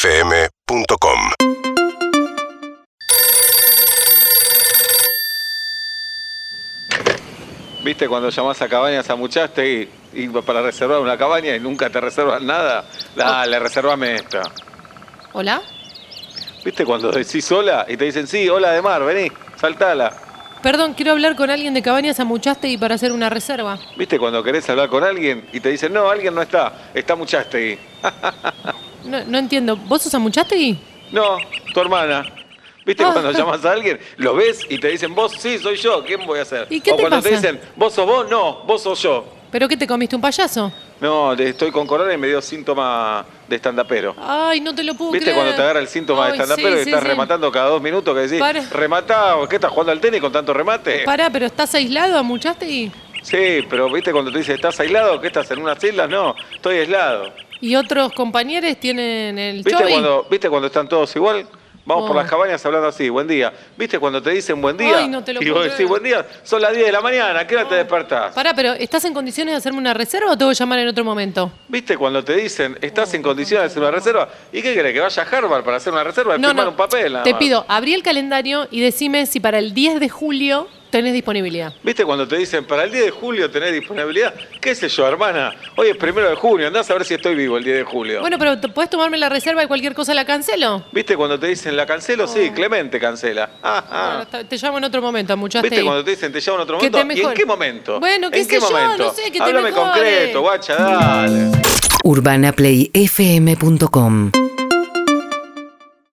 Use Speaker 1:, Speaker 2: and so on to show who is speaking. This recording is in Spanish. Speaker 1: UrbanaPlayFM.com
Speaker 2: ¿Viste cuando llamás a cabañas a Muchaste y, y para reservar una cabaña y nunca te reservan nada? Dale, reservame esta.
Speaker 3: ¿Hola?
Speaker 2: ¿Viste cuando decís hola y te dicen sí, hola de mar, vení, saltala?
Speaker 3: Perdón, quiero hablar con alguien de Cabañas Amuchaste y para hacer una reserva.
Speaker 2: ¿Viste cuando querés hablar con alguien y te dicen no, alguien no está, está Muchaste
Speaker 3: No, no entiendo. ¿Vos sos Amuchaste?
Speaker 2: No, tu hermana. ¿Viste
Speaker 3: Ah.
Speaker 2: cuando llamas a alguien, lo ves y te dicen vos sí, soy yo, ¿quién voy a ser?
Speaker 3: ¿Y qué
Speaker 2: o
Speaker 3: te
Speaker 2: cuando te
Speaker 3: pasa?
Speaker 2: dicen vos sos vos, no, vos sos yo.
Speaker 3: ¿Pero qué te comiste un payaso?
Speaker 2: No, le- estoy con corona y me dio síntoma de estandapero.
Speaker 3: Ay, no te lo puedo
Speaker 2: ¿Viste
Speaker 3: creer.
Speaker 2: cuando te agarra el síntoma de
Speaker 3: Uh, Ay,
Speaker 2: estandapero
Speaker 3: sí,
Speaker 2: y
Speaker 3: sí,
Speaker 2: estás
Speaker 3: sí.
Speaker 2: rematando cada dos minutos que decís,
Speaker 3: Para.
Speaker 2: rematá, o ¿qué estás jugando al tenis con tanto remate?
Speaker 3: Pará, pero ¿estás aislado Amuchaste?
Speaker 2: Sí, pero viste cuando te dice, ¿estás aislado? ¿Qué estás en unas islas? No, estoy aislado.
Speaker 3: ¿Y otros compañeros tienen el
Speaker 2: ¿Viste
Speaker 3: chovi?
Speaker 2: cuando, ¿Viste cuando están todos igual? Vamos por
Speaker 3: Oh.
Speaker 2: las cabañas hablando así, buen día. ¿Viste cuando te dicen buen día?
Speaker 3: Ay, no te lo
Speaker 2: y
Speaker 3: puedo
Speaker 2: vos decís,
Speaker 3: creer. Ah.
Speaker 2: buen día, son las 10 de la mañana, ¿a qué hora te despertás?
Speaker 3: Pará, pero ¿estás en condiciones de hacerme una reserva o te voy a llamar en otro momento?
Speaker 2: ¿Viste cuando te dicen, estás en condiciones de hacer una reserva? ¿Y qué crees? ¿Que vaya a Harvard para hacer una reserva y firmar un papel? nada
Speaker 3: te
Speaker 2: más?
Speaker 3: pido, abrí el calendario y decime si para el 10 de julio tenés disponibilidad.
Speaker 2: ¿Viste cuando te dicen para el 10 de julio tenés disponibilidad? ¿Qué sé yo, hermana? Hoy es primero de junio, andás a ver si estoy vivo el 10 de julio.
Speaker 3: Bueno, pero ¿te- ¿podés tomarme la reserva y cualquier cosa la cancelo?
Speaker 2: ¿Viste cuando te dicen la cancelo? Sí, Clemente cancela. Ah, ah.
Speaker 3: Oh. Bueno, está- te llamo en otro momento, muchachos.
Speaker 2: ¿Viste cuando te dicen te llaman a otro
Speaker 3: Que
Speaker 2: momento? ¿Y
Speaker 3: te
Speaker 2: en
Speaker 3: mejore.
Speaker 2: qué momento?
Speaker 3: Bueno, qué
Speaker 2: ¿En qué
Speaker 3: sé yo,
Speaker 2: momento?
Speaker 3: no sé, que te
Speaker 2: Háblame
Speaker 3: mejore.
Speaker 2: concreto, guacha, dale.
Speaker 4: urbanaplayfm.com